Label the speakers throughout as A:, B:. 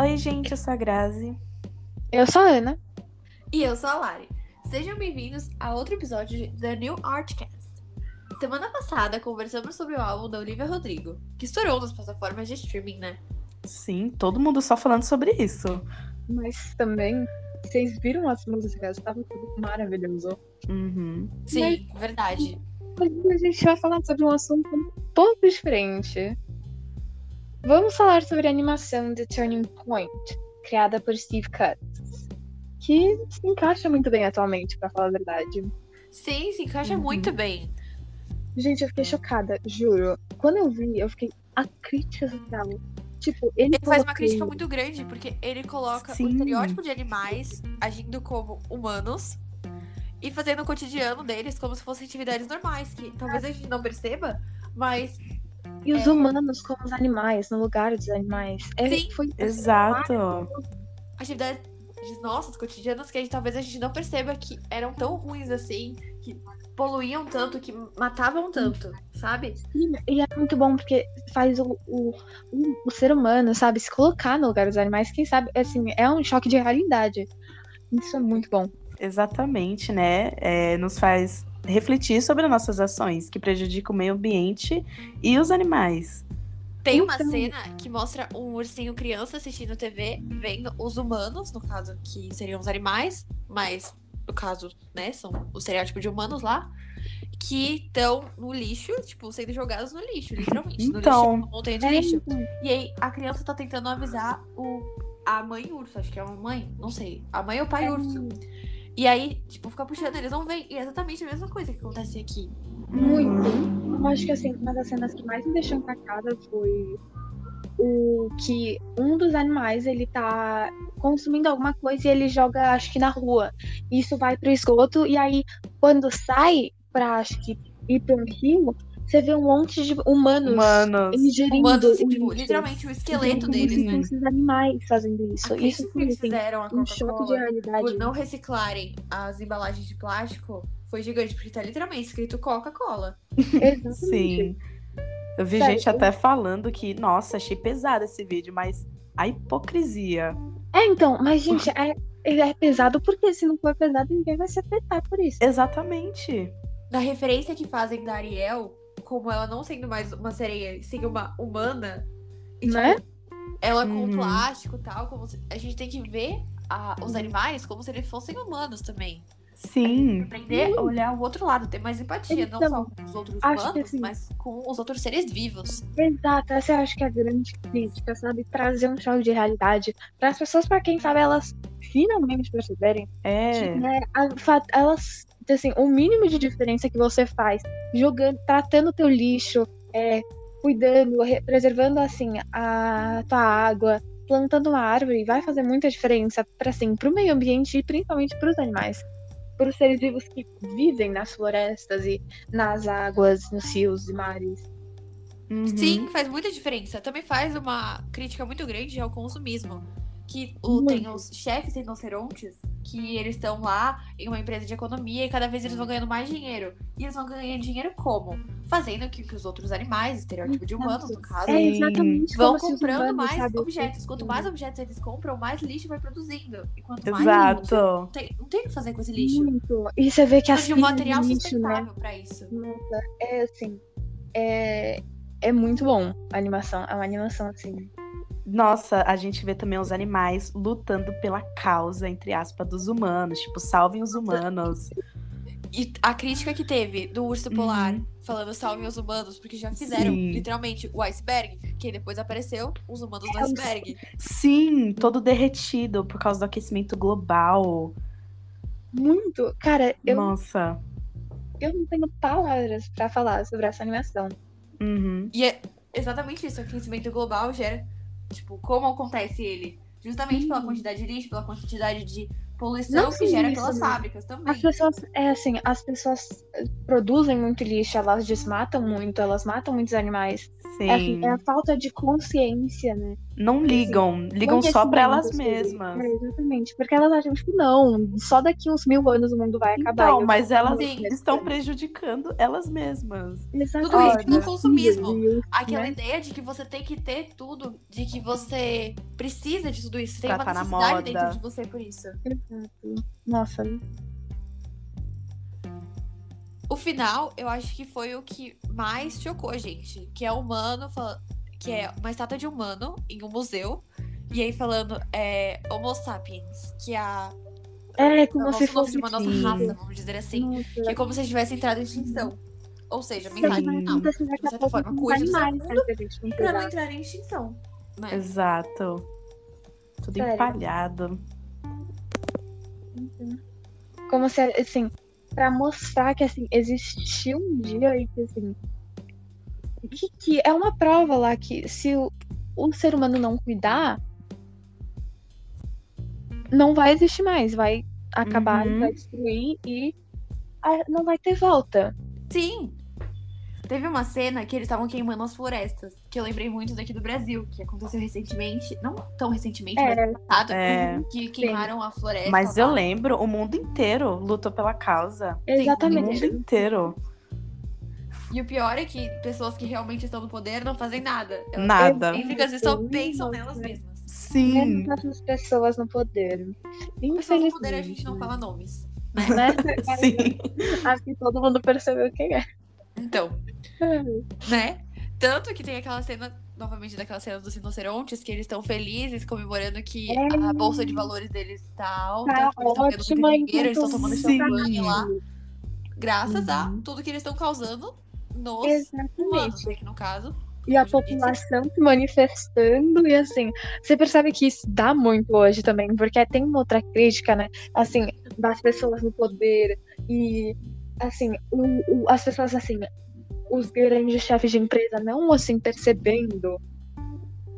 A: Oi, gente, eu sou a Grazi.
B: Eu sou a Ana.
C: E eu sou a Lari. Sejam bem-vindos a outro episódio de The New Artcast. Semana passada conversamos sobre o álbum da Olivia Rodrigo, que estourou nas plataformas de streaming, né?
A: Sim, todo mundo só falando sobre isso.
B: Mas também, vocês viram as músicas? Tava tudo maravilhoso.
A: Uhum.
C: Sim, Né? verdade.
B: Mas a gente vai falar sobre um assunto um pouco diferente. Vamos falar sobre a animação The Turning Point, criada por Steve Cutts, que se encaixa muito bem atualmente, pra falar a verdade.
C: Sim, se encaixa
A: Uhum.
C: muito bem.
B: Gente, eu fiquei chocada, juro. Quando eu vi, eu fiquei a crítica social. Tipo, ele,
C: Ele faz uma
B: colocou-
C: crítica muito grande, porque ele coloca o
A: Sim.
C: estereótipo de animais agindo como humanos e fazendo o cotidiano deles como se fossem atividades normais, que talvez a gente não perceba, mas
B: E os humanos como os animais, no lugar dos animais. É,
C: Sim.
B: foi
A: Exato.
C: atividades nossas cotidianas que a gente, talvez a gente não perceba que eram tão ruins assim, que poluíam tanto, que matavam tanto, sabe?
B: Sim, E é muito bom porque faz o, o, o, o ser humano, sabe, se colocar no lugar dos animais, quem sabe, assim, é um choque de realidade. Isso é muito bom.
A: Exatamente, né? É, nos faz refletir sobre nossas ações que prejudicam o meio ambiente e os animais.
C: Tem uma
B: Então-
C: cena que mostra um ursinho criança assistindo TV, vendo os humanos, no caso que seriam os animais, mas no caso, né, são o estereótipo de humanos lá, que estão no lixo, tipo, sendo jogados no lixo, literalmente.
A: Então.
C: No lixo, no montanha de
B: É,
C: lixo. E aí a criança tá tentando avisar o, a mãe urso, acho que é uma mãe, não sei. A mãe ou o pai
B: É.
C: urso. E aí, tipo, fica puxando, eles não vêm. E é exatamente a mesma coisa que acontece aqui.
B: Muito.
A: Uhum.
B: Eu acho que assim, uma das cenas que mais me deixou impactada foi o que um dos animais ele tá consumindo alguma coisa e ele joga, acho que na rua. Isso vai pro esgoto e aí quando sai pra, acho que ir pra um rio, você vê um monte de humanos
A: Humanos.
B: ingerindo
C: Humanos, assim, tipo,
B: isso.
C: literalmente o esqueleto
B: Então, como
C: deles,
B: se
C: né?
B: fossem Os animais fazendo isso. Isso
C: A crítica que
B: foi
C: eles
B: assim,
C: fizeram a
B: um choque de
C: Coca-Cola tipo, por
B: realidade.
C: não reciclarem as embalagens de plástico foi gigante, porque tá literalmente escrito Coca-Cola.
B: Exatamente.
A: Sim. Eu vi
B: Sério,
A: gente
B: eu-
A: até falando que, nossa, achei pesado esse vídeo, mas a hipocrisia.
B: É, então, mas gente, é, ele é pesado porque se não for pesado, ninguém vai se afetar por isso.
A: Exatamente.
C: Na referência que fazem da Ariel, como ela não sendo mais uma sereia, e sim uma humana, e, tipo,
B: Né?
C: ela com
A: Uhum.
C: plástico e tal, como se- a gente tem que ver a-
B: Uhum.
C: os animais como se eles fossem humanos também.
A: Sim.
C: Aprender a olhar o um outro lado, ter mais empatia, não
B: Então,
C: só com os outros
B: acho que
C: humanos,
B: assim-
C: mas com os outros seres vivos.
B: Exato, essa eu acho que é a grande crítica, sabe? Trazer um choque de realidade para as pessoas, para quem sabe elas finalmente perceberem que,
A: É.
B: né, a fa- elas, assim, o mínimo de diferença que você faz jogando, tratando o teu lixo, é, cuidando, re- preservando, assim, a tua água, plantando uma árvore, vai fazer muita diferença para assim, o meio ambiente e principalmente para os animais. Para os seres vivos que vivem nas florestas e nas águas, nos rios e mares.
A: Uhum.
C: Sim, faz muita diferença. Também faz uma crítica muito grande ao consumismo. Que o,
B: Muito.
C: tem os chefes rinocerontes, que eles estão lá em uma empresa de economia e cada vez eles vão ganhando mais dinheiro. E eles vão ganhando dinheiro como? Fazendo que, que os outros animais, estereótipo de humanos, no caso,
B: É
A: Sim.
B: exatamente
C: vão
B: como se os
C: comprando
B: humanos,
C: mais
B: sabe, assim,
C: objetos. Quanto mais objetos eles compram, mais lixo vai produzindo. E quanto mais lixo,
A: Exato.
C: não tem, não tem o que fazer com esse lixo.
B: Muito. E você vê que as
C: Precisa de um
B: pilhas
C: material
B: de lixo, né?
C: sustentável pra isso.
B: Nossa, é assim. É, é muito bom a animação. É uma animação assim.
A: Nossa, a gente vê também os animais lutando pela causa, entre aspas, dos humanos. Tipo, salvem os humanos.
C: E a crítica que teve do urso
A: Uhum.
C: polar falando salve os humanos, porque já fizeram
A: Sim.
C: literalmente o iceberg, que depois apareceu os humanos do
B: É, os-
C: iceberg.
A: Sim, todo derretido por causa do aquecimento global.
B: Muito. Cara, eu,
A: Nossa.
B: eu não tenho palavras pra falar sobre essa animação.
A: Uhum.
C: E é exatamente isso, o aquecimento global gera, tipo, como acontece ele? Justamente pela
B: Sim.
C: quantidade de lixo, pela quantidade de poluição
B: Não
C: que
B: só
C: gera
B: isso,
C: pelas
B: né?
C: fábricas também.
B: As pessoas. É assim, as pessoas eh, produzem muito lixo, elas desmatam muito, elas matam muitos animais.
A: Sim.
B: É, assim, é a falta de consciência, né?
A: Não ligam, ligam
B: Onde
A: só
B: esse
A: pra
B: mundo
A: elas
B: chega?
A: mesmas.
B: assim, É, exatamente. Porque elas acham, tipo, não, só daqui uns mil anos o mundo vai acabar.
A: Então,
B: Eu-
A: mas elas
C: Sim.
A: estão prejudicando elas mesmas.
B: Exatamente.
C: Tudo isso pelo
A: Olha,
C: consumismo.
B: Meu
C: Aquela
B: né?
C: ideia de que você tem que ter tudo, de que você precisa de tudo isso. Tem
A: Pra
C: uma
A: tá na
C: necessidade
A: moda.
C: dentro de você por isso.
B: Deus. Nossa,
C: O final, eu acho que foi o que mais chocou a gente. Que é humano, fala- que é uma estátua de humano em um museu. E aí falando é, Homo sapiens, que é, a,
B: é
C: é o
B: como
C: nosso
B: se
C: nome
B: fosse
C: de uma nossa
A: sim.
C: raça, vamos dizer assim.
B: Nossa.
C: Que é como se a gente tivesse entrado em extinção. Ou seja,
B: Sim.
C: mensagem final.
B: Acontece daqui a
C: certa
B: pouco
C: forma,
B: com os
C: cuide do seu
B: animais,
C: mundo
B: né, que a gente não
C: Pra não
B: cuidava.
C: entrar em extinção. Né?
A: Exato. Tudo
B: Sério.
A: empalhado.
B: Como se, assim, pra mostrar que, assim, existiu um dia e que, assim... Que, que é uma prova lá que se o, o ser humano não cuidar, não vai existir mais. Vai acabar,
A: Uhum.
B: vai destruir e ah, não vai ter volta.
C: Sim! Teve uma cena que eles estavam queimando as florestas, que eu lembrei muito daqui do Brasil, que aconteceu recentemente, não tão recentemente, mas
B: É,
C: passado,
A: É.
C: que queimaram a floresta.
A: Mas eu
C: lá.
A: lembro, o mundo inteiro lutou pela causa. O mundo
B: exatamente.
A: inteiro.
C: E o pior é que pessoas que realmente estão no poder não fazem nada. Elas
A: Nada.
C: têm ficas e só
B: Sim,
C: pensam
B: nossa.
C: nelas mesmas.
A: Sim.
B: Menos as pessoas no poder.
C: Pessoas
B: Infelizmente.
C: no poder a gente não fala nomes.
B: né?
A: Sim.
B: Acho que todo mundo percebeu quem é.
C: Então, né? Tanto que tem aquela cena, novamente daquela cena dos rinocerontes, que eles estão felizes comemorando que
B: É.
C: a bolsa de valores deles tá alta,
B: Tá
C: que eles estão tendo
B: ótima, então
C: muito dinheiro, eles estão
B: enquanto
C: tomando
A: sim.
C: champanhe lá. Graças a
A: Uhum.
C: tudo que eles estão causando nos humanos,
B: Exatamente.
C: né, que no caso.
B: E a
C: Hoje em dia,
B: população se manifestando, e assim, você percebe que isso dá muito hoje também, porque tem uma outra crítica, né? Assim, das pessoas no poder, e assim, o- o- as pessoas assim, os grandes chefes de empresa não assim percebendo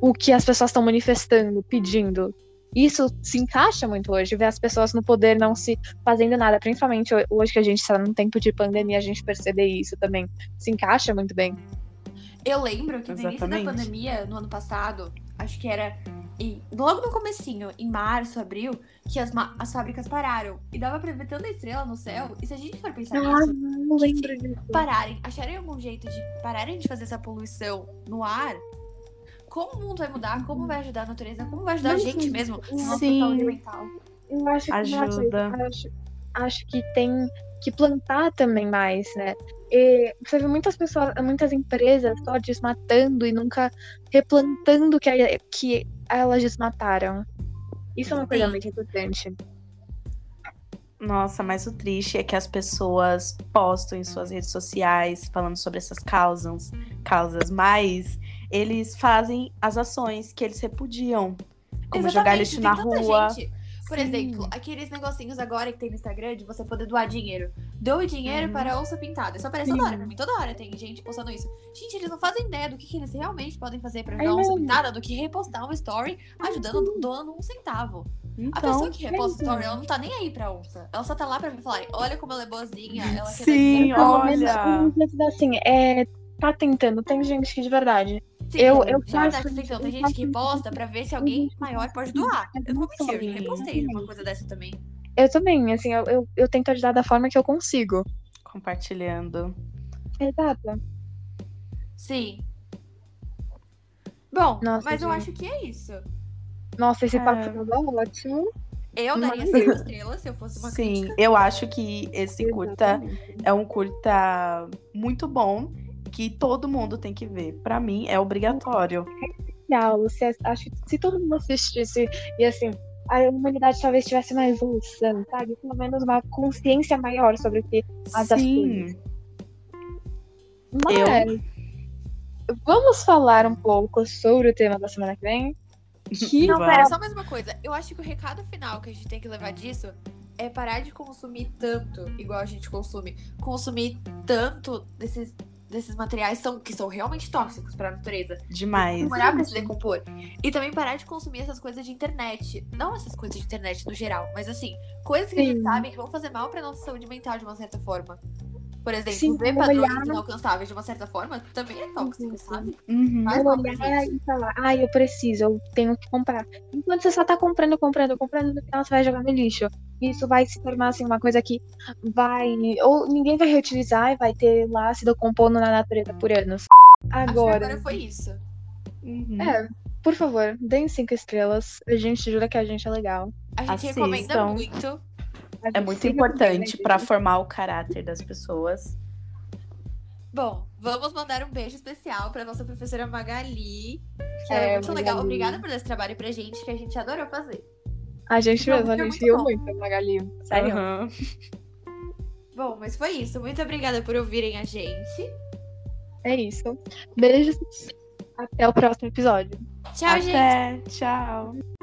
B: o que as pessoas estão manifestando, pedindo. Isso se encaixa muito hoje, ver as pessoas no poder não se fazendo nada, principalmente ho- hoje que a gente está num tempo de pandemia, a gente perceber isso também se encaixa muito bem.
C: Eu lembro que no início da
A: Exatamente.
C: pandemia, no ano passado, acho que era em- logo no comecinho, em março, abril, que as, ma- as fábricas pararam. E dava pra ver tanta estrela no céu. E se a gente for pensar nisso,
B: Ah, não
C: lembro
B: disso.
C: pararem, acharem algum jeito de pararem de fazer essa poluição no ar, como o mundo vai mudar, como vai ajudar a natureza, como vai ajudar a
B: Não,
C: gente
B: sim.
C: mesmo, na nossa
A: Sim.
C: saúde mental.
B: Eu acho que
A: Ajuda.
B: Não, é acho, acho que tem que plantar também mais, né? E você vê muitas pessoas, muitas empresas só desmatando e nunca replantando o que, a- que elas desmataram. Isso é uma coisa
C: Sim.
B: muito importante.
A: Nossa, mas o triste é que as pessoas postam em suas redes sociais falando sobre essas causas, causas, mas eles fazem as ações que eles repudiam, como jogar
C: Exatamente,
A: lixo
C: tem
A: na
C: tanta
A: rua.
C: gente. Por
A: Sim.
C: exemplo, aqueles negocinhos agora que tem no Instagram de você poder doar dinheiro. Doe dinheiro
A: Uhum.
C: para a onça pintada. Isso aparece
B: Sim.
C: toda hora pra mim. Toda hora tem gente postando isso. Gente, eles não fazem ideia do que, que eles realmente podem fazer pra ajudar a onça
B: não.
C: pintada do que repostar um story ajudando, doando um centavo. A pessoa
A: Então,
C: que reposta
B: é
C: story, ela não tá nem aí pra onça. Ela só tá lá pra me falar, olha como ela é boazinha. Ela
A: Sim,
C: quer dar dinheiro pra
B: Pelo
A: olha.
C: onça."
B: menos, pelo menos, assim, é, tá tentando. Tem gente que de verdade.
C: Sim,
B: eu- eu
C: de verdade,
B: faço-
C: então,
B: eu
C: tem gente
B: faço
C: que posta pra ver se alguém maior pode doar. Eu não vou mentir, eu
A: Sim.
C: já repostei uma coisa dessa também.
B: Eu também, assim, eu, eu, eu tento ajudar da forma que eu consigo.
A: compartilhando.
B: Exato.
C: Sim. Bom,
B: Nossa,
C: mas eu
B: gente.
C: acho que é isso.
B: Nossa, esse
A: É.
B: papo tá ótimo.
C: Eu
B: Uma
C: daria
B: crítica.
C: cinco estrelas se eu fosse uma
A: Sim,
C: crítica.
A: eu acho que esse curta
B: Exatamente.
A: é um curta muito bom que todo mundo tem que ver. Pra mim é obrigatório.
B: Legal, se, acho que se todo mundo assistisse e assim, a humanidade talvez tivesse uma evolução, sabe? Pelo menos uma consciência maior sobre o que. As
A: Sim.
B: Mas vamos falar um pouco sobre o tema da semana que vem. Que
A: Não,
C: Não, pera,
A: Vamos.
C: só mais uma coisa. Eu acho que o recado final que a gente tem que
B: Ah.
C: levar disso é parar de consumir tanto, igual a gente consome. Consumir tanto desses, desses materiais são, que são realmente tóxicos pra natureza.
A: Demais.
C: Demorar pra se decompor. E também parar de consumir essas coisas de internet. Não essas coisas de internet no geral, mas assim, coisas que a gente
B: Sim.
C: sabe que vão fazer mal pra nossa saúde mental de uma certa forma. Por exemplo,
B: Sim,
C: ver
B: o
C: padrões
B: olhar-
C: inalcançáveis de uma certa forma também é tóxico, sabe?
A: Uhum.
C: Faz
B: Eu
C: mal pra
B: olhar
C: gente.
B: e falar, ah, eu preciso, eu tenho que comprar. Enquanto você só tá comprando, comprando, comprando, no final você vai jogar no lixo. E Isso vai se tornar assim, uma coisa que vai. Ou ninguém vai reutilizar e vai ter lá se decompondo na natureza por anos.
C: Acho que
B: Agora, né?
C: agora foi isso.
A: Uhum.
B: É. por favor, deem cinco estrelas. A gente jura que a gente é legal.
C: A gente
A: Assistam.
C: recomenda muito.
B: A gente
A: É muito
B: fica com
A: importante
B: medo.
A: pra formar o caráter das pessoas.
C: Bom, vamos mandar um beijo especial pra nossa professora Magali. Que ela
B: É,
C: é muito legal.
B: Magali.
C: Obrigada por dar esse trabalho pra gente, que a gente adorou fazer.
B: A gente
C: Não,
B: mesmo, a
C: porque é
B: gente
C: muito
B: riu
C: bom.
B: muito, Magali. Sério.
A: Uhum.
C: Bom, mas foi isso. Muito obrigada por ouvirem a gente.
B: É isso. Beijos. Até o próximo episódio.
C: Tchau, gente!
A: Até, tchau.